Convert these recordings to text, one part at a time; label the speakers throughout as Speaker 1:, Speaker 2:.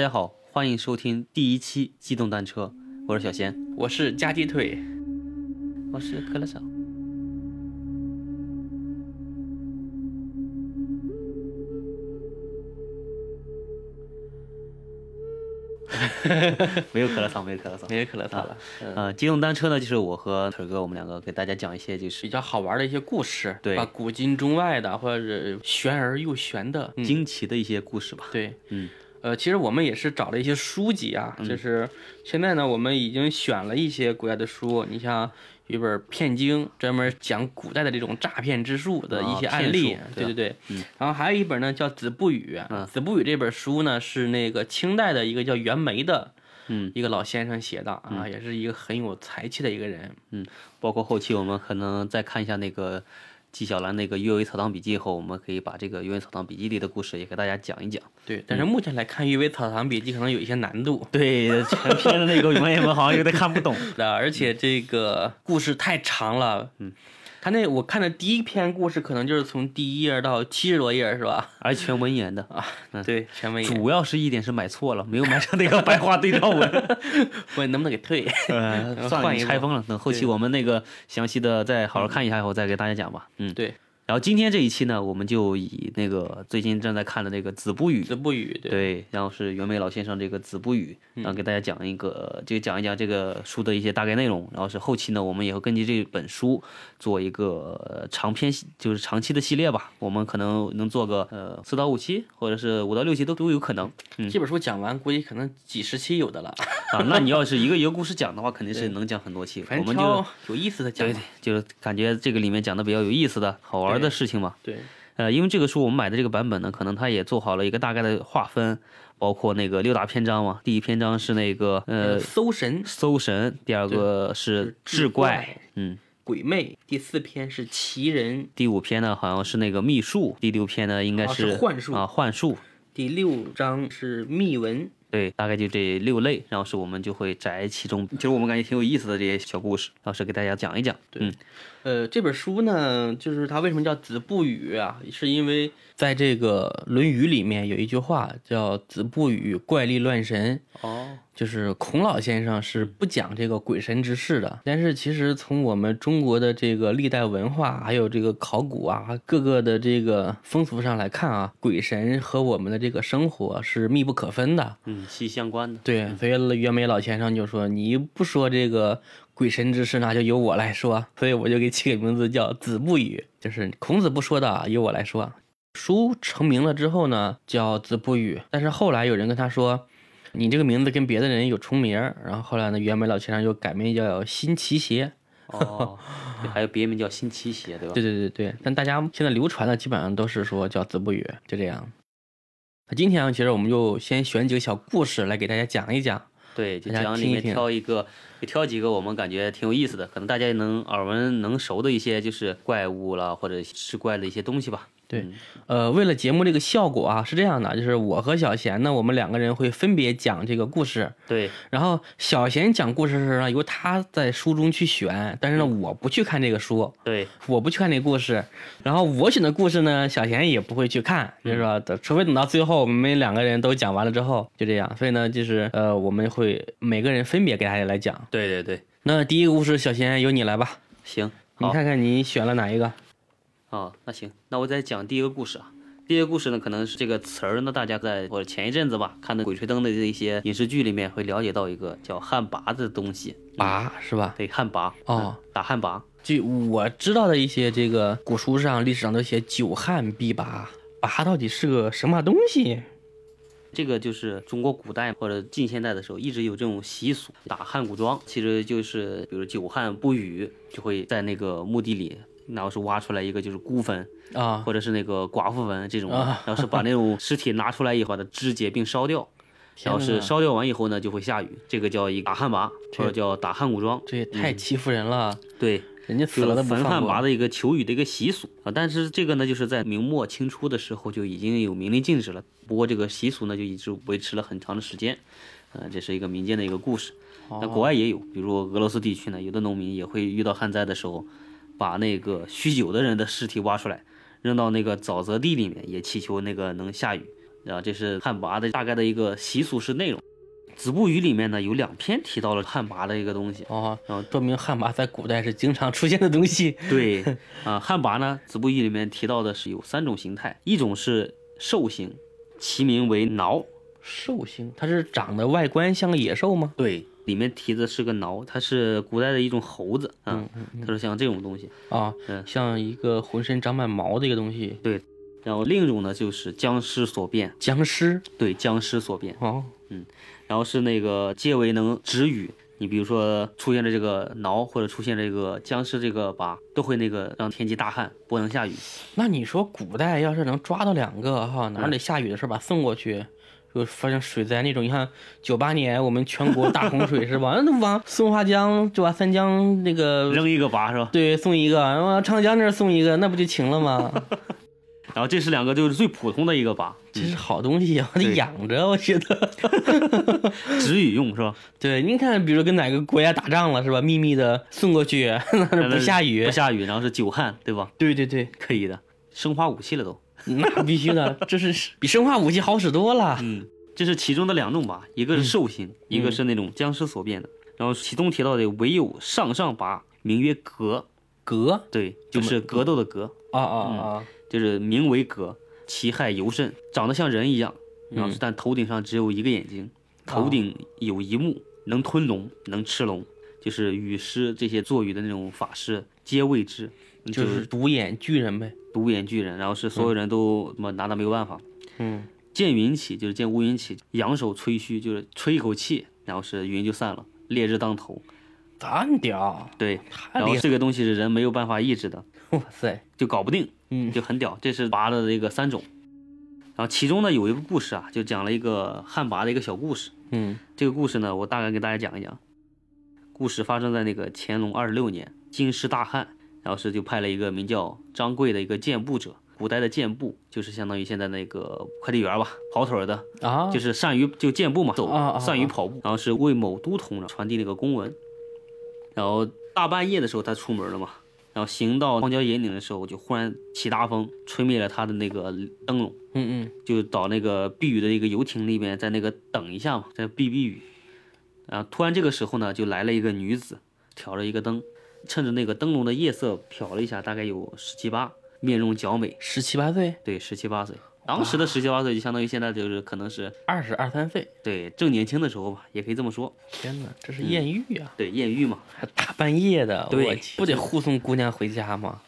Speaker 1: 家好，欢迎收听第一期《机动单车》，我是小贤，
Speaker 2: 我是加鸡腿，
Speaker 1: 我是可乐 嫂。没有可乐嫂，没有可乐嫂。
Speaker 2: 没有可乐嫂了。嗯
Speaker 1: 呃，机动单车呢，就是我和腿哥，我们两个给大家讲一些就是
Speaker 2: 比较好玩的一些故事，
Speaker 1: 对
Speaker 2: 把古今中外的或者玄而又玄的，嗯
Speaker 1: 惊奇的一些故事吧。
Speaker 2: 对，
Speaker 1: 嗯，
Speaker 2: 呃，其实我们也是找了一些书籍啊，就是现在呢，我们已经选了一些国家的书，你像有一本《骗经》，专门讲古代的这种诈骗之术的一些
Speaker 1: 啊
Speaker 2: 案
Speaker 1: 骗
Speaker 2: 例，
Speaker 1: 术
Speaker 2: 对
Speaker 1: 对
Speaker 2: 对对。然后还有一本呢叫《子不语》，
Speaker 1: 嗯
Speaker 2: 子不语》这本书呢是那个清代的一个叫袁枚的。
Speaker 1: 嗯，
Speaker 2: 一个老先生写的啊，也是一个很有才气的一个人。
Speaker 1: 包括后期我们可能再看一下那个纪晓岚那个《阅微草堂笔记》以后，我们可以把这个《阅微草堂笔记》里的故事也给大家讲一讲。
Speaker 2: 对，但是目前来看，《阅微草堂笔记》可能有一些难度
Speaker 1: 对，全篇的那个文言文好像有点看不懂。
Speaker 2: 的，而且
Speaker 1: 嗯
Speaker 2: 这个故事太长了。嗯，他那我看的第一篇故事，可能就是从第一页到七十多页，是吧？
Speaker 1: 而全文言的，
Speaker 2: 对，全文言。
Speaker 1: 嗯主要是一点是买错了，没有买成那个白话对照文，
Speaker 2: 我能不能给退？
Speaker 1: 呃算了，
Speaker 2: 换一
Speaker 1: 你
Speaker 2: 个
Speaker 1: 拆封了。等后期
Speaker 2: 对
Speaker 1: 我们那个详细的再好好看一下以后再给大家讲吧。嗯，
Speaker 2: 对。
Speaker 1: 然后今天这一期呢，我们就以那个最近正在看的那个《子不语》
Speaker 2: 子不语，对，嗯
Speaker 1: 对，然后是袁枚老先生这个《子不语》，然后给大家讲一个，就讲一讲这个书的一些大概内容。然后是后期呢，我们也会根据这本书做一个呃长篇系，就是长期的系列吧。我们可能能做个呃四到五期，或者是五到六期都都有可能。嗯
Speaker 2: 这本书讲完，估计可能几十期有的了，
Speaker 1: 啊，那你要是一个一个故事讲的话，肯定是能讲很多期。
Speaker 2: 反
Speaker 1: 我们
Speaker 2: 正
Speaker 1: 就
Speaker 2: 挑有意思的讲
Speaker 1: 对
Speaker 2: 吧。，
Speaker 1: 就是感觉这个里面讲的比较有意思的、好玩的
Speaker 2: 对
Speaker 1: 事情嘛。
Speaker 2: 对，
Speaker 1: 呃，因为这个书我们买的这个版本呢，可能它也做好了一个大概的划分，包括那个六大篇章嘛。第一篇章是那个呃
Speaker 2: 搜神、
Speaker 1: 搜神，第二个是志怪，
Speaker 2: 怪、
Speaker 1: 嗯，
Speaker 2: 鬼魅，第四篇是奇人，
Speaker 1: 第五篇呢好像是那个秘术，第六篇呢应该
Speaker 2: 啊
Speaker 1: 是,、
Speaker 2: 是幻术
Speaker 1: 啊幻术，
Speaker 2: 第六章是秘闻，
Speaker 1: 对，大概就这六类，然后是我们就会摘其中，其实我们感觉挺有意思的这些小故事，老师给大家讲一讲，嗯，
Speaker 2: 呃，这本书呢，就是它为什么叫子不语啊？是因为在这个《论语》里面有一句话叫“子不语怪力乱神
Speaker 1: 哦，”，
Speaker 2: 就是孔老先生是不讲这个鬼神之事的。但是其实从我们中国的这个历代文化，还有这个考古啊，各个的这个风俗上来看啊，鬼神和我们的这个生活是密不可分的。
Speaker 1: 嗯，息息相关的，
Speaker 2: 对，所以袁枚老先生就说：“你不说这个鬼神之事，那就由我来说。”所以我就给起个名字叫《子不语》，就是孔子不说的，啊由我来说。书成名了之后呢，叫《子不语》，但是后来有人跟他说：“你这个名字跟别的人有重名儿。”然后后来呢，袁枚老先生又改名叫辛弃邪。
Speaker 1: 哦， 对还有别名叫辛弃邪，对吧？
Speaker 2: 对对对对，但大家现在流传的基本上都是说叫子不语，就这样。那今天啊其实我们就先选几个小故事来给大家讲一讲。
Speaker 1: 对，就
Speaker 2: 大家
Speaker 1: 讲里
Speaker 2: 听一
Speaker 1: 面
Speaker 2: 听
Speaker 1: 挑一个，就挑几个我们感觉挺有意思的，可能大家也能耳闻能熟的一些，就是怪物啦，或者是怪的一些东西吧。
Speaker 2: 对
Speaker 1: 嗯
Speaker 2: 呃，为了节目这个效果啊，是这样的，就是我和小贤呢，我们两个人会分别讲这个故事，
Speaker 1: 对，
Speaker 2: 然后小贤讲故事的时候呢，由他在书中去选，但是呢，我不去看这个书，
Speaker 1: 对，
Speaker 2: 我不去看这个故事，然后我选的故事呢，小贤也不会去看，就是说，等除非等到最后我们两个人都讲完了之后，就这样。所以呢，就是呃，我们会每个人分别给大家来讲。
Speaker 1: 对对对，
Speaker 2: 那第一个故事，小贤由你来吧，
Speaker 1: 行，
Speaker 2: 你
Speaker 1: 好
Speaker 2: 看看你选了哪一个？
Speaker 1: 哦，那行，那我再讲第一个故事啊。第一个故事呢，可能是这个词儿呢，大家在或者前一阵子吧，看的《鬼吹灯》的这一些影视剧里面会了解到一个叫旱魃的东西，
Speaker 2: 拔啊是吧？
Speaker 1: 对，旱魃，嗯
Speaker 2: 哦
Speaker 1: 打旱魃，
Speaker 2: 就我知道的一些这个古书上、历史上都写久旱必拔，拔到底是个什么东西？
Speaker 1: 这个就是中国古代或者近现代的时候，一直有这种习俗，打汉古桩，其实就是比如久旱不雨，就会在那个墓地里。然后是挖出来一个就是孤坟，
Speaker 2: 啊
Speaker 1: 或者是那个寡妇坟这种，
Speaker 2: 啊
Speaker 1: 然后是把那种尸体拿出来以后，把它肢解并烧掉，
Speaker 2: 天
Speaker 1: 然后是
Speaker 2: 哪
Speaker 1: 烧掉完以后呢，就会下雨，这个叫一个打旱魃，或者叫打汉古桩，
Speaker 2: 这也太欺负人了，
Speaker 1: 对，
Speaker 2: 人家死
Speaker 1: 就
Speaker 2: 了
Speaker 1: 是
Speaker 2: 都不
Speaker 1: 焚
Speaker 2: 放
Speaker 1: 旱魃
Speaker 2: 过。
Speaker 1: 的一个求雨的一个习俗啊。但是这个呢，就是在明末清初的时候就已经有明令禁止了。不过这个习俗呢，就一直维持了很长的时间。呃，这是一个民间的一个故事。
Speaker 2: 哦
Speaker 1: 那国外也有，比如俄罗斯地区呢，有的农民也会遇到旱灾的时候，把那个酗酒的人的尸体挖出来，扔到那个沼泽地里面，也祈求那个能下雨。然后这是旱魃的大概的一个习俗是内容。子不语里面呢有两篇提到了旱魃的一个东西，
Speaker 2: 哦，说明旱魃在古代是经常出现的东西。
Speaker 1: 对，啊，旱魃呢，《子不语》里面提到的是有三种形态，一种是兽形，其名为挠。
Speaker 2: 兽形，它是长得外观像个野兽吗？
Speaker 1: 对，里面提的是个挠，它是古代的一种猴子啊，它说像这种东西。
Speaker 2: 啊，
Speaker 1: 嗯
Speaker 2: 像一个浑身长满毛的一个东西，
Speaker 1: 对，然后另一种呢就是僵尸所变，
Speaker 2: 僵尸。
Speaker 1: 对，僵尸所变，
Speaker 2: 哦，
Speaker 1: 然后是那个皆为能止语。你比如说出现了这个挠，或者出现这个僵尸这个魃，都会那个让天气大旱，不能下雨。
Speaker 2: 那你说古代要是能抓到两个哈，哪里下雨的事儿把送过去，就发生水灾那种，你看九八年我们全国大洪水是吧？ 那都往松花江对吧？三江那个
Speaker 1: 扔一个魃是吧？
Speaker 2: 对送一个，然后往长江那儿送一个，那不就晴了吗？
Speaker 1: 然后这是两个就是最普通的一个魃，
Speaker 2: 这是好东西啊，我得
Speaker 1: 对
Speaker 2: 养着，我觉得。
Speaker 1: 止语用是吧？
Speaker 2: 对，你看，比如跟哪个国家打仗了是吧？秘密的送过去， 那那不下雨
Speaker 1: 不。下雨，然后是久旱，对吧？
Speaker 2: 对对对，
Speaker 1: 可以的，生化武器了都。
Speaker 2: 那必须的，这是 比生化武器好使多了。
Speaker 1: 嗯，这是其中的两种吧，一个是兽形，
Speaker 2: 嗯
Speaker 1: 一个是那种僵尸所变的。然后其中提到的唯有上上拔，名曰格，
Speaker 2: 革
Speaker 1: 对，就是格斗的格，
Speaker 2: 啊啊啊！
Speaker 1: 就是名为格，其害尤甚，长得像人一样，然后
Speaker 2: 嗯啊
Speaker 1: 但头顶上只有一个眼睛，头顶有一目，能吞龙，能吃龙，就是雨师这些做雨的那种法师皆畏之，
Speaker 2: 嗯就是独眼巨人呗。
Speaker 1: 独眼巨人，然后是所有人都什么拿他没有办法。
Speaker 2: 嗯，
Speaker 1: 见云起就是见乌云起，扬手吹嘘就是吹一口气，然后是云就散了，烈日当头。
Speaker 2: 咱屌，
Speaker 1: 对，
Speaker 2: 太
Speaker 1: 然后
Speaker 2: 厉害！
Speaker 1: 这个东西是人没有办法抑制的，
Speaker 2: 哇塞，
Speaker 1: 就搞不定，
Speaker 2: 嗯
Speaker 1: 就很屌。这是拔的这个三种。然后其中呢有一个故事啊，就讲了一个旱魃的一个小故事。
Speaker 2: 嗯
Speaker 1: 这个故事呢，我大概给大家讲一讲。故事发生在那个乾隆二十六年，京师大旱，然后是就派了一个名叫张贵的一个健步者。古代的健步就是相当于现在那个快递员吧，跑腿儿的，
Speaker 2: 啊，
Speaker 1: 就是善于就健步嘛，走
Speaker 2: 啊啊，
Speaker 1: 善于跑步。然后是为某都统传递那个公文。然后大半夜的时候他出门了嘛，然后行到荒郊野岭的时候，就忽然起大风，吹灭了他的那个灯笼。
Speaker 2: 嗯
Speaker 1: 就到那个避雨的一个游艇里面，在那个等一下嘛，在避避雨。啊，突然这个时候呢，就来了一个女子，挑着一个灯，趁着那个灯笼的夜色瞟了一下，大概有十七八，面容娇美
Speaker 2: 嗯，，十七八岁，
Speaker 1: 对，十七八岁。当时的十七八岁就相当于现在就是可能是
Speaker 2: 二十二三岁，
Speaker 1: 对正年轻的时候吧，也可以这么说，
Speaker 2: 天哪，这是艳遇啊！
Speaker 1: 对艳遇嘛。
Speaker 2: 还大半夜的，
Speaker 1: 对
Speaker 2: 我去不得护送姑娘回家吗？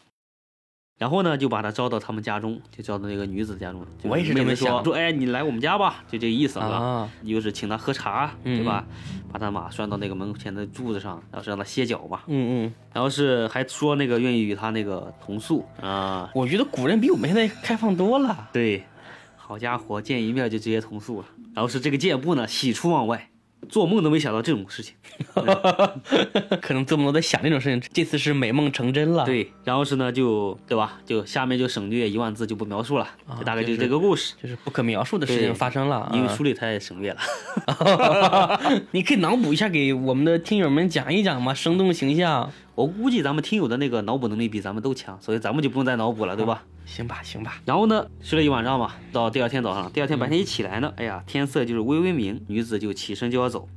Speaker 1: 然后呢，就把她招到他们家中，就招到那个女子家中。就
Speaker 2: 我也是这么
Speaker 1: 妹妹说
Speaker 2: 想
Speaker 1: 说哎，你来我们家吧，就这个意思了。
Speaker 2: 啊，
Speaker 1: 又是请他喝茶，
Speaker 2: 嗯
Speaker 1: 对吧？把他马拴到那个门前的柱子上，然后是让他歇脚嘛。
Speaker 2: 嗯嗯，
Speaker 1: 然后是还说那个愿意与他那个同宿啊、
Speaker 2: 我觉得古人比我们现在开放多了。
Speaker 1: 对，好家伙，见一面就直接同宿了。然后是这个箭步呢，喜出望外，做梦都没想到这种事情。
Speaker 2: 可能做梦都在想那种事情，这次是美梦成真了。，
Speaker 1: 对，然后是呢，就对吧？就下面就省略一万字，就不描述了，就大概啊就
Speaker 2: 就是
Speaker 1: 这个故事。
Speaker 2: 就是不可描述的事情
Speaker 1: 对
Speaker 2: 发生了啊。
Speaker 1: 因为书里太省略了，
Speaker 2: 你可以脑补一下，给我们的听友们讲一讲吗？生动形象。
Speaker 1: 我估计咱们听友的那个脑补能力比咱们都强，所以咱们就不用再脑补了，对吧？
Speaker 2: 行吧，行吧，
Speaker 1: 然后呢，睡了一晚上嘛，到第二天早上，第二天白天一起来呢，哎呀，天色就是微微明，女子就起身就要走，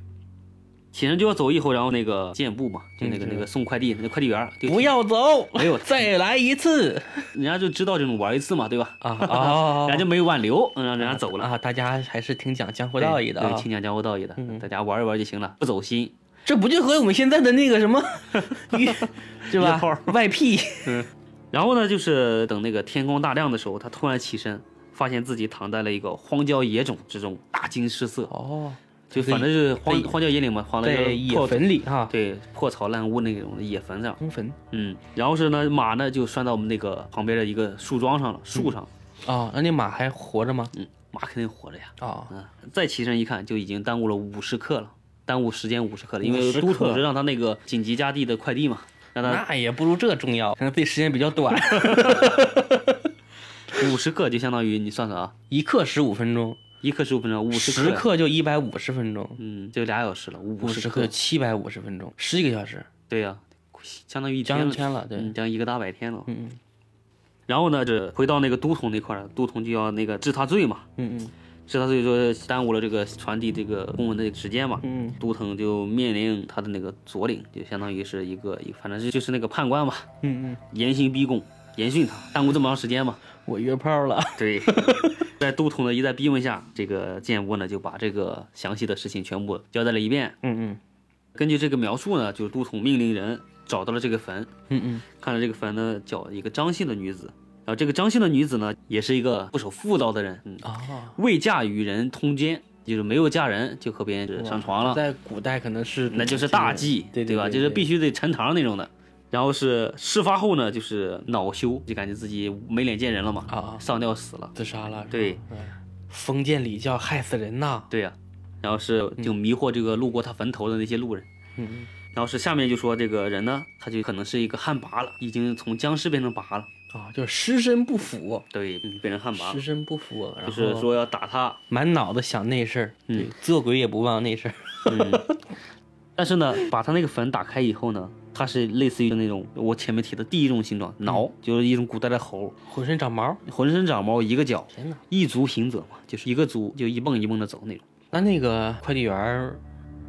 Speaker 1: 起身就要走以后，然后那个健步嘛，就那个、
Speaker 2: 嗯
Speaker 1: 那个送快递那快递员儿 就
Speaker 2: 不要走，
Speaker 1: 没 有
Speaker 2: 哎再来一次
Speaker 1: 人家就知道这种玩一次嘛，对吧？
Speaker 2: 啊啊！
Speaker 1: 人家就没有挽留，嗯让人 家走了。
Speaker 2: 啊！大家还是挺讲江湖道义的
Speaker 1: 对，
Speaker 2: 啊，
Speaker 1: 清讲江湖道义的，大家玩一玩就行了，不走心。
Speaker 2: 这不就和我们现在的那个 什么，约是吧
Speaker 1: 约炮？
Speaker 2: 外聘
Speaker 1: 然后呢，就是等那个天光大亮的时候，他突然起身，发现自己躺在了一个荒郊野种之中，大惊失色，
Speaker 2: 哦，
Speaker 1: 就反正就是荒荒郊野岭嘛，荒了
Speaker 2: 在
Speaker 1: 一个
Speaker 2: 野
Speaker 1: 破
Speaker 2: 坟里哈，
Speaker 1: 对破草烂屋那种野坟上。
Speaker 2: 空坟
Speaker 1: 嗯，然后是呢，马呢就拴到我们那个旁边的一个树桩上了，树上，
Speaker 2: 啊，那那马还活着吗？
Speaker 1: 嗯，马肯定活着呀，
Speaker 2: 啊，
Speaker 1: 嗯，再起身一看，就已经耽误了五十克了，耽误时间五十克了，因为
Speaker 2: 50克啊
Speaker 1: 都统是让他那个紧急加地的快递嘛，让他
Speaker 2: 那也不如这重要，可能对时间比较短，
Speaker 1: 五十克就相当于你算算啊，
Speaker 2: 一克十五分钟，
Speaker 1: 一克十五分钟，五
Speaker 2: 十
Speaker 1: 克，
Speaker 2: 克就一百五十分钟，
Speaker 1: 嗯，就俩小时了，五
Speaker 2: 五
Speaker 1: 十
Speaker 2: 十克七百五十分钟，十几个小时，
Speaker 1: 对呀、相当于一天
Speaker 2: 将
Speaker 1: 了，
Speaker 2: 近了，对，
Speaker 1: 嗯，将一个大白天了。
Speaker 2: 嗯
Speaker 1: 然后呢，这回到那个都统那块儿，都统就要那个治他罪嘛，
Speaker 2: 嗯嗯
Speaker 1: 是他所以说耽误了这个传递这个公文的时间嘛。
Speaker 2: 嗯，
Speaker 1: 都腾就面临他的那个左领，就相当于是一个，一反正就是那个判官嘛，
Speaker 2: 嗯嗯，
Speaker 1: 严刑逼供，严训他，耽误这么长时间嘛。
Speaker 2: 我约炮了，
Speaker 1: 对，在都统的一再逼问下，这个建波呢就把这个详细的事情全部交代了一遍。
Speaker 2: 嗯
Speaker 1: 根据这个描述呢，就是都统命令人找到了这个坟，
Speaker 2: 嗯嗯嗯，
Speaker 1: 看到这个坟呢叫一个张姓的女子，然后这个张姓的女子呢也是一个不守妇道的人，嗯，
Speaker 2: 哦，
Speaker 1: 未嫁与人通奸，就是没有嫁人就和别人上床了。
Speaker 2: 在古代可能是
Speaker 1: 那就是大忌，
Speaker 2: 对
Speaker 1: 吧？就是必须得沉堂那种的。然后是事发后呢，就是恼羞，就感觉自己没脸见人了嘛，
Speaker 2: 啊
Speaker 1: 上吊死了。
Speaker 2: 自杀了，是吧
Speaker 1: 对，
Speaker 2: 嗯封建礼教害死人呐，
Speaker 1: 对呀、然后是就迷惑这个路过他坟头的那些路人。
Speaker 2: 嗯
Speaker 1: 然后是下面就说这个人呢，他就可能是一个旱魃了，已经从僵尸变成魃了，
Speaker 2: 啊，就是尸身不腐，
Speaker 1: 对，嗯变成旱魃
Speaker 2: 尸
Speaker 1: 了，
Speaker 2: 身不腐，然
Speaker 1: 就
Speaker 2: 后
Speaker 1: 是说嗯要打他。
Speaker 2: 满脑子想那事儿，对，做鬼也不忘那事儿，
Speaker 1: 嗯，但是呢，把他那个坟打开以后呢，它是类似于那种我前面提的第一种形状，挠，
Speaker 2: 嗯
Speaker 1: 就是一种古代的猴，
Speaker 2: 浑身长毛，
Speaker 1: 浑身长毛，一个脚，
Speaker 2: 天哪！
Speaker 1: 一足行者嘛，就是一个足就一蹦一蹦的走那种，
Speaker 2: 那那个快递员儿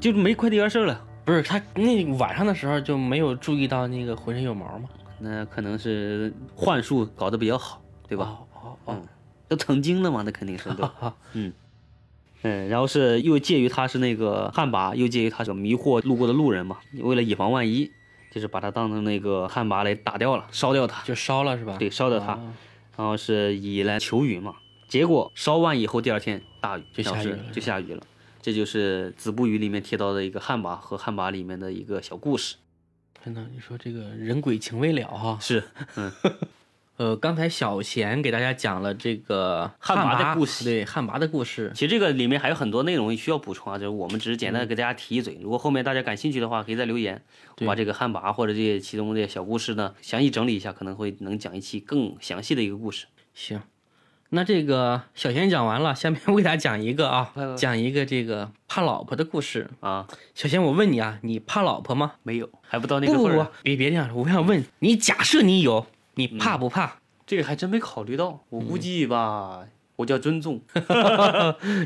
Speaker 1: 就是没快递员事儿了。
Speaker 2: 不是他那晚上的时候就没有注意到那个浑身有毛吗？
Speaker 1: 那可能是幻术搞得比较好，对吧？
Speaker 2: 哦哦
Speaker 1: 嗯，都成精了嘛，那肯定是对吧。
Speaker 2: 哦，
Speaker 1: 嗯，然后是又介于他是那个旱魃，又介于他是迷惑路过的路人嘛，为了以防万一，就是把他当成那个旱魃来打掉了，烧掉他，
Speaker 2: 就烧了是吧？
Speaker 1: 对，烧掉他，
Speaker 2: 哦
Speaker 1: 然后是以来求雨嘛。结果烧完以后，第二天大雨，
Speaker 2: 就下
Speaker 1: 然后是
Speaker 2: 雨了
Speaker 1: 就下雨了。这就是《子不语》里面提到的一个旱魃和旱魃里面的一个小故事。
Speaker 2: 真的，你说这个人鬼情未了哈。
Speaker 1: 是，
Speaker 2: 呃，刚才小贤给大家讲了这个
Speaker 1: 旱魃的故事
Speaker 2: 对旱魃的故事。
Speaker 1: 其实这个里面还有很多内容需要补充啊，就是我们只是简单的给大家提一嘴。如果后面大家感兴趣的话，可以再留言，我
Speaker 2: 对
Speaker 1: 把这个旱魃或者这些其中的小故事呢，详细整理一下，可能会能讲一期更详细的一个故事。
Speaker 2: 行，那这个小贤讲完了，下面 我给大家讲一个啊
Speaker 1: 快快，
Speaker 2: 讲一个这个怕老婆的故事。
Speaker 1: 啊，
Speaker 2: 小贤，我问你啊，你怕老婆吗？
Speaker 1: 没有，还不到那
Speaker 2: 不
Speaker 1: 个
Speaker 2: 不
Speaker 1: 份儿
Speaker 2: 不
Speaker 1: 啊。，
Speaker 2: 别别这样，我想问你，假设你有，你怕
Speaker 1: 嗯
Speaker 2: 不怕？
Speaker 1: 这个还真没考虑到，我估计吧，我叫尊重，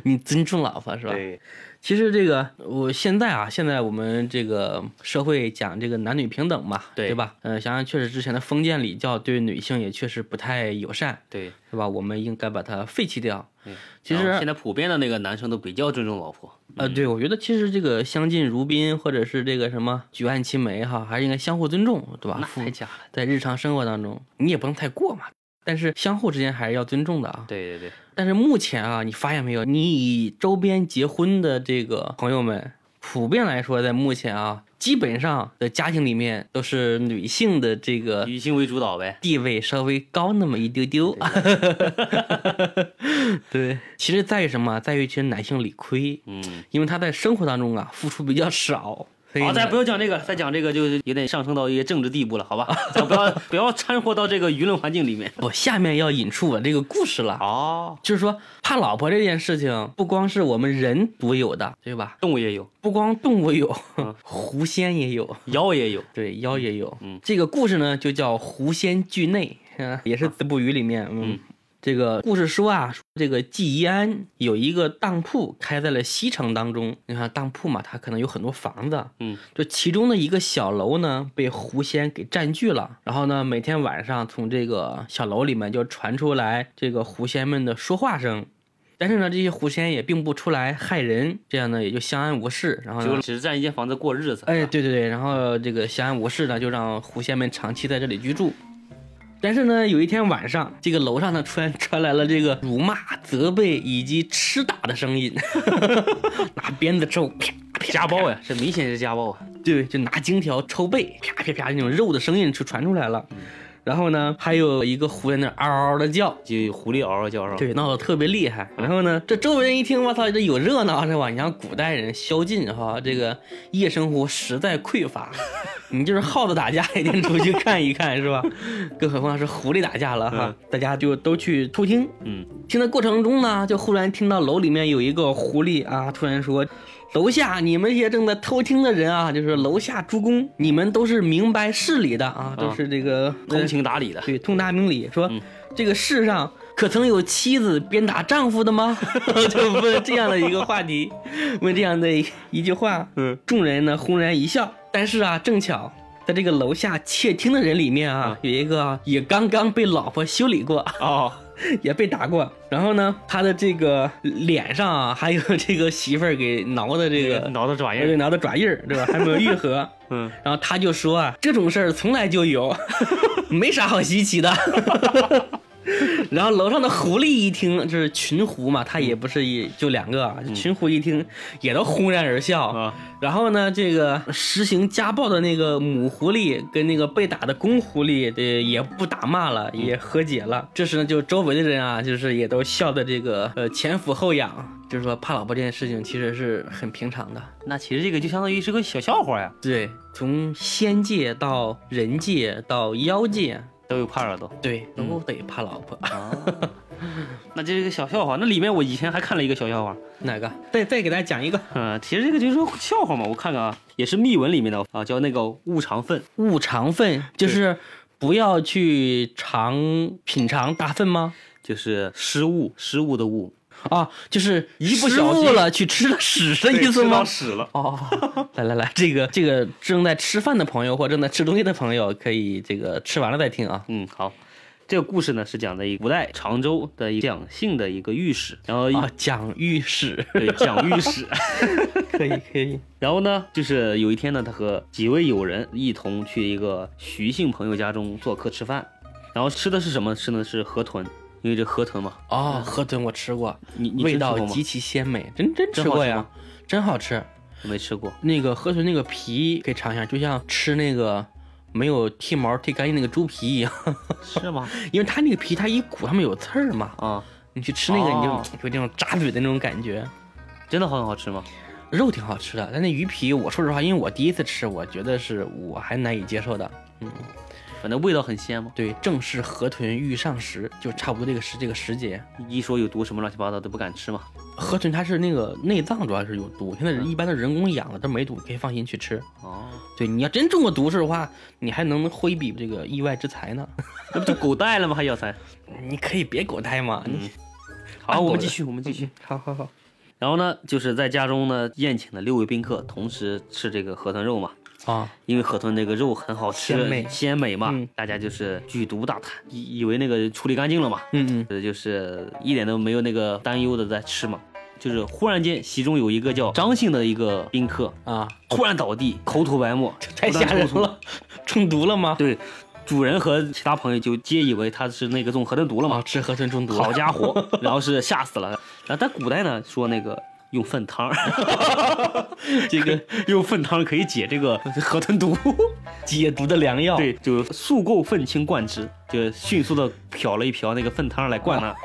Speaker 2: 你尊重老婆是吧？
Speaker 1: 对，
Speaker 2: 其实这个我现在啊，现在我们这个社会讲这个男女平等嘛，
Speaker 1: 对
Speaker 2: 对吧？呃，想想确实之前的封建礼教对女性也确实不太友善，
Speaker 1: 对。
Speaker 2: 是吧？我们应该把它废弃掉。
Speaker 1: 对
Speaker 2: 其
Speaker 1: 然后
Speaker 2: 实
Speaker 1: 现在普遍的那个男生都比较尊重老婆，
Speaker 2: 呃，对我觉得其实这个相敬如宾，或者是这个什么举案齐眉哈，还是应该相互尊重，对吧？
Speaker 1: 那
Speaker 2: 夫
Speaker 1: 太假了。
Speaker 2: 在日常生活当中，你也不能太过嘛。但是相互之间还是要尊重的啊。
Speaker 1: 对对对，
Speaker 2: 但是目前啊，你发现没有，你以周边结婚的这个朋友们，普遍来说，在目前啊，基本上的家庭里面都是女性的这个
Speaker 1: 以性为主导呗。
Speaker 2: 地位稍微高那么一丢丢。 对，其实在于什么啊？在于其实男性理亏，
Speaker 1: 嗯，
Speaker 2: 因为他在生活当中啊付出比较少。所以
Speaker 1: 好，
Speaker 2: 呢
Speaker 1: 咱不要讲这个，再讲这个就是有点上升到一些政治地步了，好吧？咱不要不要掺和到这个舆论环境里 面。
Speaker 2: 我下面要引出我这个故事了，
Speaker 1: 哦，
Speaker 2: 就是说怕老婆这件事情，不光是我们人独有的，对吧？
Speaker 1: 动物也有，
Speaker 2: 不光动物有，狐仙也有，
Speaker 1: 妖也有。
Speaker 2: 对，妖也有。
Speaker 1: 嗯，
Speaker 2: 这个故事呢就叫《狐仙惧内》，啊也是《子不语》里面。嗯，
Speaker 1: 嗯
Speaker 2: 这个故事说啊，说这个季宜安有一个当铺开在了西城当中。你看当铺嘛，它可能有很多房子。
Speaker 1: 嗯，
Speaker 2: 这其中的一个小楼呢，被狐仙给占据了。然后呢，每天晚上从这个小楼里面就传出来这个狐仙们的说话声。但是呢，这些狐仙也并不出来害人，这样呢也就相安无事。然后呢
Speaker 1: 就只是占一间房子过日子。
Speaker 2: 哎，对对对，然后这个相安无事呢，就让狐仙们长期在这里居住。但是呢，有一天晚上，这个楼上呢突然传来了这个辱骂、责备以及吃打的声音， 拿鞭子抽，啪啪，
Speaker 1: 家暴呀，这明显是家暴啊。
Speaker 2: 对，就拿荆条抽背，啪啪啪那种肉的声音就传出来了。然后呢，还有一个狐在那嗷嗷的叫，
Speaker 1: 就狐狸嗷嗷叫是吧？
Speaker 2: 对，闹得特别厉害。然后呢，这周围人一听，我操，这有热闹是吧？你像古代人宵禁哈，这个夜生活实在匮乏，你就是耗子打架也得出去看一看是吧？更何况是狐狸打架了哈，大家就都去偷听。
Speaker 1: 嗯，
Speaker 2: 听的过程中呢，就忽然听到楼里面有一个狐狸啊，突然说：“楼下你们这些正在偷听的人啊，就是楼下诸公，你们都是明白事理的啊，都是这个
Speaker 1: 通情达理的。
Speaker 2: 对，通达明理，说、这个世上可曾有妻子鞭打丈夫的吗？ 就问这样的一个话题，问这样的一句话，
Speaker 1: 嗯，
Speaker 2: 众人呢轰然一笑。但是啊，正巧在这个楼下窃听的人里面啊，有一个啊也刚刚被老婆修理过，
Speaker 1: 哦，
Speaker 2: 也被打过。然后呢，他的这个脸上啊，还有这个媳妇儿给挠的这个，
Speaker 1: 挠的爪印
Speaker 2: 这
Speaker 1: 儿，
Speaker 2: 个挠的爪印儿，对吧？还没有愈合。
Speaker 1: 嗯，
Speaker 2: 然后他就说啊，这种事儿从来就有， 没啥好稀奇的。 然后楼上的狐狸一听，就是群狐嘛，他也不是一就两个，啊，群狐一听也都轰然而笑。
Speaker 1: 啊
Speaker 2: 然后呢，这个实行家暴的那个母狐狸跟那个被打的公狐狸，呃，也不打骂了，也和解了。这时呢，就周围的人啊，就是也都笑的这个呃前俯后仰，就是说怕老婆这件事情其实是很平常的。
Speaker 1: 那其实这个就相当于是个小笑话呀，
Speaker 2: 对，从仙界到人界到妖界，嗯
Speaker 1: 都有帕尔都。
Speaker 2: 对，都得怕老婆。
Speaker 1: 那这是个小笑话，那里面我以前还看了一个小笑话，
Speaker 2: 哪个？再再给大家讲一个
Speaker 1: 嗯，其实这个就是个笑话嘛，我看看啊，也是密文里面的啊，叫那个误肠粪，
Speaker 2: 误肠粪，就是不要去尝品尝大粪吗？
Speaker 1: 就是失误，失误的误，
Speaker 2: 啊，就是
Speaker 1: 一不
Speaker 2: 失
Speaker 1: 小
Speaker 2: 误
Speaker 1: 心
Speaker 2: 了去吃了屎的意思吗？
Speaker 1: 屎了。
Speaker 2: 哦， 来来来，这个这个正在吃饭的朋友或正在吃东西的朋友，可以这个吃完了再听啊。
Speaker 1: 嗯，好。这个故事呢是讲的一个古代常州的一个蒋姓的一个御史，然后一、
Speaker 2: 啊，讲御史
Speaker 1: 对蒋御史，
Speaker 2: 可以可以，
Speaker 1: 然后呢，就是有一天呢，他和几位友人一同去一个徐姓朋友家中做客吃饭，然后吃的是什么？吃的是河豚，因为这河豚嘛，
Speaker 2: 哦，河豚我吃过，
Speaker 1: 你你
Speaker 2: 味
Speaker 1: 真吃
Speaker 2: 道
Speaker 1: 过吗
Speaker 2: 极其鲜美，真真
Speaker 1: 真
Speaker 2: 吃
Speaker 1: 好
Speaker 2: 过
Speaker 1: 吃
Speaker 2: 呀
Speaker 1: 吗，
Speaker 2: 真好吃。
Speaker 1: 我没吃过。
Speaker 2: 那个河豚那个皮可以尝一下，就像吃那个没有剃毛剃干净那个猪皮一样，
Speaker 1: 是吗？
Speaker 2: 因为它那个皮它一鼓上面有刺儿嘛，
Speaker 1: 啊，
Speaker 2: 你去吃那个你
Speaker 1: 哦
Speaker 2: 就有这种扎嘴的那种感觉。
Speaker 1: 真的很好吃吗？
Speaker 2: 肉挺好吃的，但那鱼皮，我说实话，因为我第一次吃，我觉得是我还难以接受的。
Speaker 1: 反正味道很鲜吗？
Speaker 2: 对，正是河豚欲上时，就差不多这个时这个时节，
Speaker 1: 一说有毒什么乱七八糟都不敢吃嘛。
Speaker 2: 河豚它是那个内脏主要是有毒，现
Speaker 1: 嗯
Speaker 2: 在一般的人工养的都没毒，可以放心去吃。
Speaker 1: 哦，
Speaker 2: 对，你要真中过毒是的话，你还能挥笔这个意外之财呢。
Speaker 1: 那不就狗带了吗？还要塞？
Speaker 2: 你可以别狗带嘛，
Speaker 1: 嗯
Speaker 2: 你
Speaker 1: 好，我们继续，我们继 续。
Speaker 2: 好好好，
Speaker 1: 然后呢，就是在家中呢宴请了六位宾客，同时吃这个河豚肉嘛。
Speaker 2: 啊，
Speaker 1: 因为河豚那个肉很好吃，
Speaker 2: 鲜美
Speaker 1: 鲜美嘛，
Speaker 2: 嗯
Speaker 1: 大家就是举毒大叹，以以为那个处理干净了嘛，
Speaker 2: 嗯嗯，
Speaker 1: 呃，就是一点都没有那个担忧的在吃嘛。就是忽然间，其中有一个叫张姓的一个宾客
Speaker 2: 啊，
Speaker 1: 突然倒地，口吐白沫，
Speaker 2: 太
Speaker 1: 不断
Speaker 2: 吓人
Speaker 1: 抽搐。
Speaker 2: 了，中毒了吗？
Speaker 1: 对，主人和其他朋友就皆以为他是那个中河豚毒了嘛
Speaker 2: 啊，，吃河豚中毒了，
Speaker 1: 好家 伙，然后是吓死了。然后在古代呢，说那个用粪汤儿， 这个用粪汤可以解这个河豚毒。
Speaker 2: 解毒的良药，
Speaker 1: 对，就速购愤青灌之，就迅速的漂了一瓢那个粪汤来灌 它。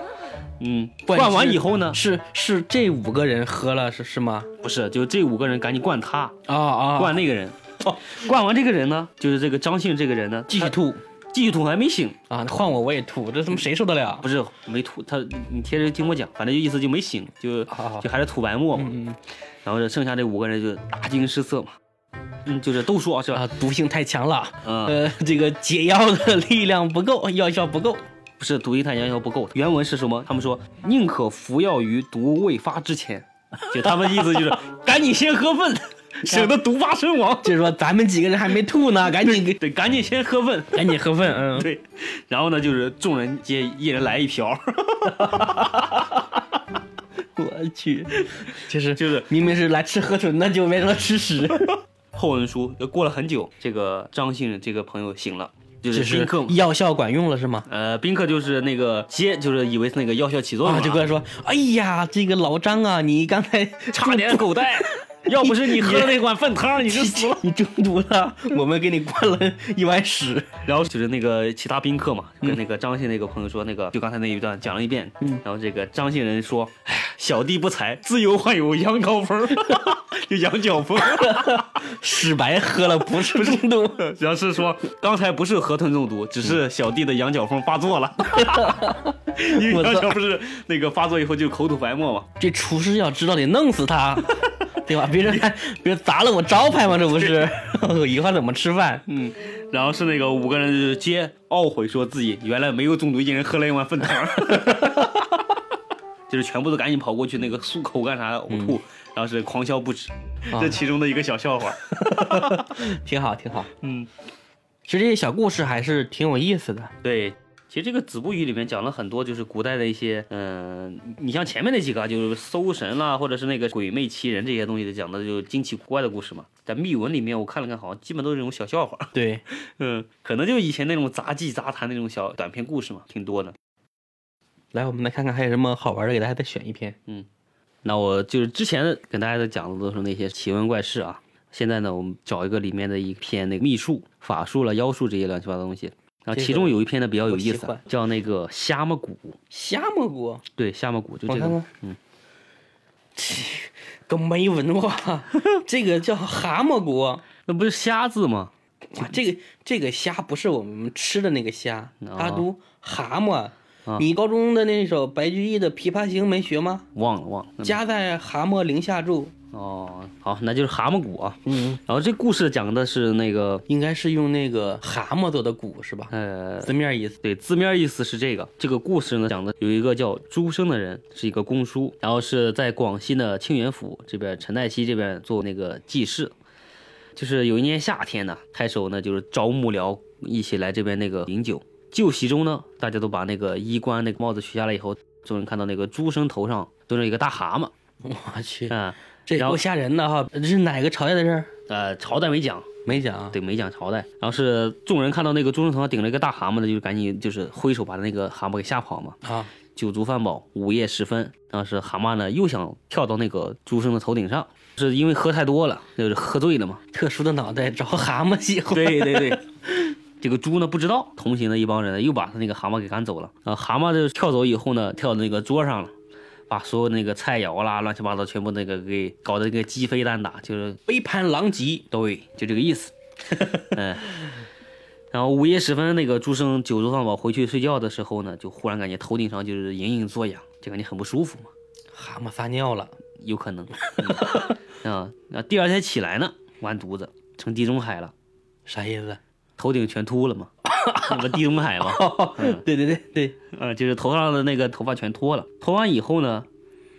Speaker 1: 嗯，
Speaker 2: 灌
Speaker 1: 灌
Speaker 2: 之
Speaker 1: 完以后呢，
Speaker 2: 是是这五个人喝了是是吗？
Speaker 1: 不是，就这五个人赶紧灌他，
Speaker 2: 啊啊，
Speaker 1: 灌那个人。灌完这个人呢，就是这个张姓这个人呢，
Speaker 2: 继续
Speaker 1: 他
Speaker 2: 吐
Speaker 1: 继续吐还没醒，
Speaker 2: 啊，换我我也吐，这他妈谁受得了？
Speaker 1: 不是没吐，他你贴着听我讲，反正就意思就没醒，就
Speaker 2: 好好
Speaker 1: 就还是吐白沫嘛。
Speaker 2: 哦嗯
Speaker 1: 然后这剩下这五个人就大惊失色嘛，嗯，就是都说啊是吧？
Speaker 2: 啊，毒性太强了，
Speaker 1: 嗯，
Speaker 2: 呃，这个解药的 力量不够，药效不够。
Speaker 1: 不是毒一探阳药不够，原文是什么？他们说宁可服药于毒未发之前，就他们意思就是 赶紧先喝 粪，省得毒发身亡。
Speaker 2: 就是说咱们几个人还没吐 呢，赶紧给
Speaker 1: 对，赶紧先喝粪。
Speaker 2: 赶紧喝粪，嗯，
Speaker 1: 对，然后呢，就是众人皆一人来一瓢，
Speaker 2: 我去，就是
Speaker 1: 就是
Speaker 2: 明明是来吃河豚的，就变成了吃屎，
Speaker 1: 后文书。过了很久，这个张姓这个朋友醒了，就是
Speaker 2: 就是
Speaker 1: 宾客嘛，
Speaker 2: 药效管用了是吗？
Speaker 1: 呃，宾客就是那个皆就是以为是那个药效起作用
Speaker 2: 啊，
Speaker 1: 了，
Speaker 2: 就跟他说，哎呀，这个老张啊，你刚 才
Speaker 1: 差点狗带，要不是你喝了那碗粪汤，你 就死了。
Speaker 2: 你中毒了，我们给你灌了一碗屎。
Speaker 1: 然后就是那个其他宾客嘛，
Speaker 2: 嗯
Speaker 1: 跟那个张姓那个朋友说，那个就刚才那一段讲了一遍。然后这个张姓人说：“哎呀，小弟不才，自幼患有羊羔 风，就羊角风。
Speaker 2: 屎白喝了不 是中毒，
Speaker 1: 然后是说刚才不是河豚中毒，只是小弟的羊角风发作了。 因为
Speaker 2: 我操
Speaker 1: 羊角不是那个发作以后就口吐白沫嘛。
Speaker 2: 这厨师要知道得弄死他， 对吧？别人还别人砸了我招牌嘛，这不是？以后还怎么吃饭？
Speaker 1: 嗯，然后是那个五个人就是皆懊悔说自己原来没有中毒，一人喝了一碗粪汤， 就是全部都赶紧跑过去那个漱口干啥呕吐，然后是狂笑不止，这其中的一个小笑话。
Speaker 2: 挺好，挺好。
Speaker 1: 嗯，
Speaker 2: 其实这些小故事还是挺有意思的。
Speaker 1: 对。其实这个《子不语》里面讲了很多，就是古代的一些，嗯、你像前面那几个啊，就是搜神啦，或者是那个鬼魅奇人这些东西，讲的就是惊奇古怪的故事嘛。在密文里面，我看了看，好像基本都是这种小笑话。
Speaker 2: 对，
Speaker 1: 嗯，可能就是以前那种杂技杂谈那种小短篇故事嘛，挺多的。
Speaker 2: 来，我们来看看还有什么好玩的，给大家再选一篇。
Speaker 1: 那我就是之前跟大家在讲的都是那些奇闻怪事啊，现在呢，我们找一个里面的一篇那个秘术、法术了、妖术这些乱七八糟的东西。然后
Speaker 2: 这
Speaker 1: 其
Speaker 2: 个
Speaker 1: 中有一篇呢比较有
Speaker 2: 我
Speaker 1: 意
Speaker 2: 喜
Speaker 1: 思
Speaker 2: 欢，
Speaker 1: 叫那个虾蟆鼓，
Speaker 2: 虾蘑菇，
Speaker 1: 对，虾蟆鼓就
Speaker 2: 我
Speaker 1: 这
Speaker 2: 看
Speaker 1: 个
Speaker 2: 看，嗯， 这个没文化，这个叫蛤蟆菇，啊
Speaker 1: 那不是虾字吗？
Speaker 2: 这个这个虾不是我们吃的那个虾，
Speaker 1: 哦啊
Speaker 2: 它读蛤蟆。你高中的那首白居易的《琵琶行》没学吗？
Speaker 1: 忘了忘了。
Speaker 2: 家在蛤蟆陵下住，
Speaker 1: 哦，好，那就是蛤蟆鼓啊。
Speaker 2: 嗯，
Speaker 1: 然后这故事讲的是那个
Speaker 2: 应该是用那个蛤蟆做的鼓是吧？
Speaker 1: 呃
Speaker 2: 字面意思。
Speaker 1: 对，字面意思是这个。这个故事呢，讲的有一个叫朱生的人，是一个公叔，然后是在广西的清源府这边，陈太熙这边做那个记事。就是有一年夏天呢，太守呢就是招幕僚一起来这边那个饮酒，酒席中呢，大家都把那个衣冠那个帽子取下来以后，众人看到那个朱生头上蹲着一个大蛤蟆，
Speaker 2: 我去，
Speaker 1: 啊、
Speaker 2: 这
Speaker 1: 然后
Speaker 2: 够吓人的哈！这是哪个朝代的事儿？
Speaker 1: 呃，朝代没讲，
Speaker 2: 没讲啊。
Speaker 1: 对，没讲朝代。然后是众人看到那个朱生头上顶着一个大蛤蟆呢，就赶紧就是挥手把那个蛤蟆给吓跑嘛。
Speaker 2: 啊，
Speaker 1: 酒足饭饱，午夜时分，当时蛤蟆呢又想跳到那个朱生的头顶上，是因为喝太多了，就是喝醉了嘛。
Speaker 2: 特殊的脑袋找蛤蟆喜欢。
Speaker 1: 对 对对，这个猪呢不知道，同行的一帮人呢又把他那个蛤蟆给赶走了啊。蛤蟆就跳走以后呢，跳到那个桌上了。把所有那个菜肴啦，乱七八糟，全部那个给搞得那个鸡飞蛋打，就是
Speaker 2: 杯盘狼藉。
Speaker 1: 对，就这个意思。嗯，然后午夜时分，那个朱生酒足饭饱回去睡觉的时候呢，就忽然感觉头顶上就是隐隐作痒，就感觉很不舒服嘛。
Speaker 2: 蛤蟆撒尿了，
Speaker 1: 有可能。嗯啊，那第二天起来呢，完犊子，成地中海了，
Speaker 2: 啥意 思？啊
Speaker 1: 头顶全秃了嘛，那不地中海嘛，
Speaker 2: 对对对对，
Speaker 1: 呃，就是头上的那个头发全脱了，脱完以后呢，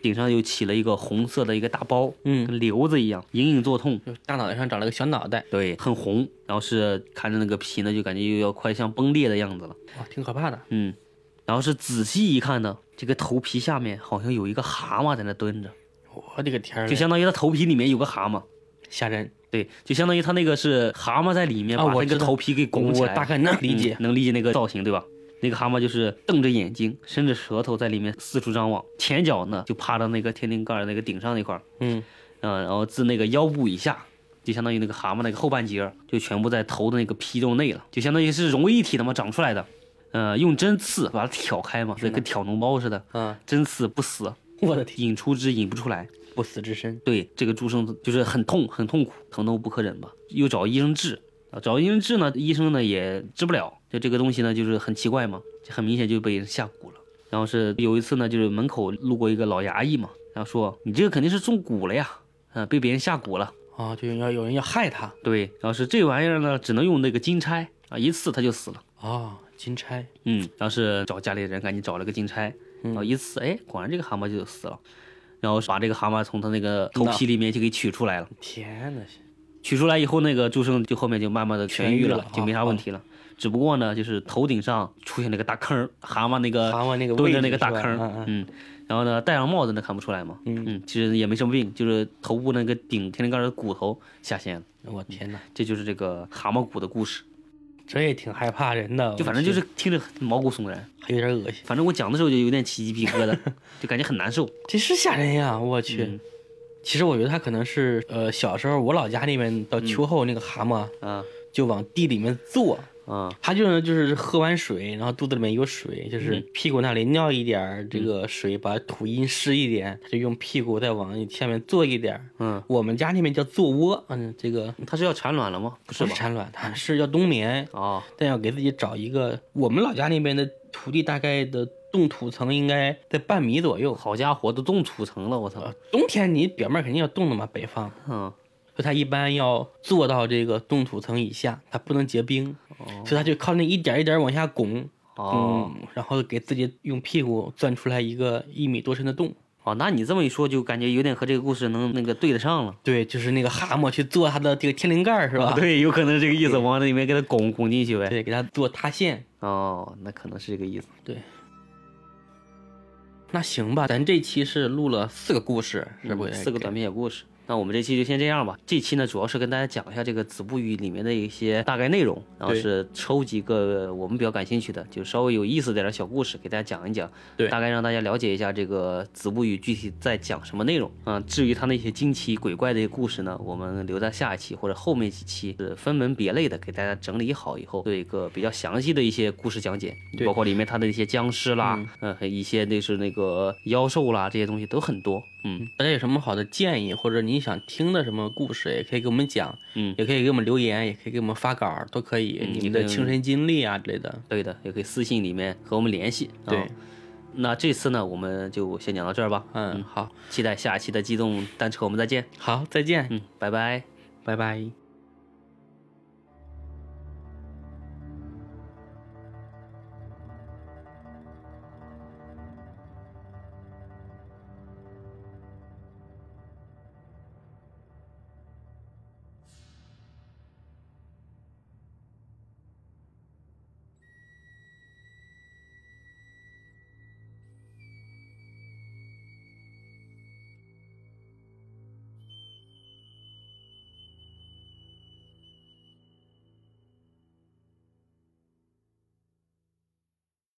Speaker 1: 顶上又起了一个红色的一个大包，
Speaker 2: 嗯，
Speaker 1: 跟瘤子一样，隐隐作痛，
Speaker 2: 就大脑袋上长了个小脑袋，
Speaker 1: 对，很红，然后是看着那个皮呢，就感觉又要快像崩裂的样子了，
Speaker 2: 哇，挺可怕的。
Speaker 1: 嗯，然后是仔细一看呢，这个头皮下面好像有一个蛤蟆在那蹲着，
Speaker 2: 我的个天儿嘞，
Speaker 1: 就相当于他头皮里面有个蛤蟆。
Speaker 2: 吓人。
Speaker 1: 对，就相当于他那个是蛤蟆在里面
Speaker 2: 啊
Speaker 1: 把
Speaker 2: 我
Speaker 1: 那个
Speaker 2: 知道
Speaker 1: 头皮给拱起
Speaker 2: 我
Speaker 1: 来，
Speaker 2: 大概能理解
Speaker 1: 嗯，能理解那个造型对吧？那个蛤蟆就是瞪着眼睛，伸着舌头在里面四处张望，前脚呢就趴到那个天灵盖儿那个顶上那块儿，
Speaker 2: 嗯，
Speaker 1: 嗯，然后自那个腰部以下，就相当于那个蛤蟆那个后半截儿就全部在头的那个皮肉内了，就相当于是融为一体的嘛，长出来的。呃，用针刺把它挑开嘛，对，跟挑脓包似的，
Speaker 2: 啊，
Speaker 1: 针刺不死，
Speaker 2: 我的天，
Speaker 1: 引出之引不出来。
Speaker 2: 不死之身。
Speaker 1: 对，这个朱生就是很痛，很痛苦，疼痛不可忍吧？又找医生治啊，找医生治呢，医生呢也治不了，就这个东西呢，就是很奇怪嘛，就很明显就被人下蛊了。然后是有一次呢，就是门口路过一个老衙役嘛，然后说你这个肯定是中蛊了呀，啊，被别人下蛊了。
Speaker 2: 啊，就要有人要害他
Speaker 1: 对，然后是这玩意儿呢，只能用那个金钗啊，一刺他就死了。
Speaker 2: 啊，金钗
Speaker 1: 嗯，然后是找家里人赶紧找了个金钗，然后一刺，哎，果然这个蛤蟆就死了，然后把这个蛤蟆从他那个头皮里面就给取出来了。
Speaker 2: 天哪，
Speaker 1: 取出来以后，那个朱生就后面就慢慢的痊愈
Speaker 2: 愈
Speaker 1: 了，
Speaker 2: 了
Speaker 1: 就没啥问题了。只不过呢，就是头顶上出现了个大坑儿，蛤蟆那个
Speaker 2: 蛤蟆那个
Speaker 1: 蹲着
Speaker 2: 位置
Speaker 1: 那个大
Speaker 2: 是吧
Speaker 1: 坑儿，
Speaker 2: 嗯
Speaker 1: 嗯，然后呢戴上帽子呢看不出来嘛，嗯其实也没什么病，就是头部那个顶天灵盖儿的骨头下陷了，
Speaker 2: 我天哪，
Speaker 1: 这就是这个蛤蟆骨的故事，
Speaker 2: 这也挺害怕人的，
Speaker 1: 就反正就是听着很毛骨悚然，
Speaker 2: 我去还有点恶心，
Speaker 1: 反正我讲的时候就有点起鸡皮疙 瘩，就感觉很难受，
Speaker 2: 这是吓人呀，我去。
Speaker 1: 嗯
Speaker 2: 其实我觉得他可能是，呃，小时候我老家那边到秋后那个蛤蟆
Speaker 1: 嗯啊
Speaker 2: 就往地里面坐，
Speaker 1: 啊
Speaker 2: 他就是就是喝完水，然后肚子里面有水，就是
Speaker 1: 嗯
Speaker 2: 屁股那里尿一点儿这个水，把土阴湿一点，他就用屁股再往下面坐一点儿。
Speaker 1: 嗯，
Speaker 2: 我们家那边叫坐窝，嗯，这个
Speaker 1: 他是要产卵了吗？不是
Speaker 2: 不
Speaker 1: 吧？
Speaker 2: 产卵，它是要冬眠，
Speaker 1: 哦，
Speaker 2: 但要给自己找一个。我们老家那边的土地大概的冻土层应该在半米左右，
Speaker 1: 好家伙，都冻土层了，我操，
Speaker 2: 呃冬天你表面肯定要冻的嘛，北方，
Speaker 1: 嗯，
Speaker 2: 所以它一般要做到这个冻土层以下，它不能结冰。所以他就靠那一点一点往下拱，
Speaker 1: 哦、
Speaker 2: 嗯，然后给自己用屁股钻出来一个一米多深的洞。
Speaker 1: 哦，那你这么一说，就感觉有点和这个故事能那个对得上了。
Speaker 2: 对，就是那个蛤蟆去做他的这个天灵盖儿是
Speaker 1: 啊
Speaker 2: 吧？
Speaker 1: 对，有可能是这个意思，往那里面给它拱拱进去呗。
Speaker 2: 对，给他做塌陷。
Speaker 1: 哦，那可能是这个意思。
Speaker 2: 那行吧，咱这期是录了四个故事，是哎不是？
Speaker 1: 嗯四个短篇小故事。那我们这期就先这样吧。这期呢，主要是跟大家讲一下这个《子不语》里面的一些大概内容，然后
Speaker 2: 对
Speaker 1: 是抽几个我们比较感兴趣的，就稍微有意思点的小故事给大家讲一讲，
Speaker 2: 对
Speaker 1: 大概让大家了解一下这个《子不语》具体在讲什么内容啊、至于它那些惊奇鬼怪的故事呢，我们留在下一期或者后面几期是分门别类的给大家整理好以后，做一个比较详细的一些故事讲解，
Speaker 2: 对
Speaker 1: 包括里面它的一些僵尸啦，嗯、还有一些那是那个妖兽啦，这些东西都很多，嗯
Speaker 2: 大家有什么好的建议，或者你想听的什么故事，也可以给我们讲，
Speaker 1: 嗯。
Speaker 2: 也可以给我们留言，也可以给我们发稿儿，都可以。
Speaker 1: 嗯
Speaker 2: 你
Speaker 1: 也
Speaker 2: 们
Speaker 1: 可以
Speaker 2: 的亲身经历啊之类的。
Speaker 1: 对的，也可以私信里面和我们联系。啊
Speaker 2: 对，
Speaker 1: 那这次呢，我们就先讲到这儿吧。啊
Speaker 2: 嗯，好，
Speaker 1: 期待下一期的机动单车，我们再见。
Speaker 2: 好，再见，
Speaker 1: 嗯，拜拜。
Speaker 2: 拜拜。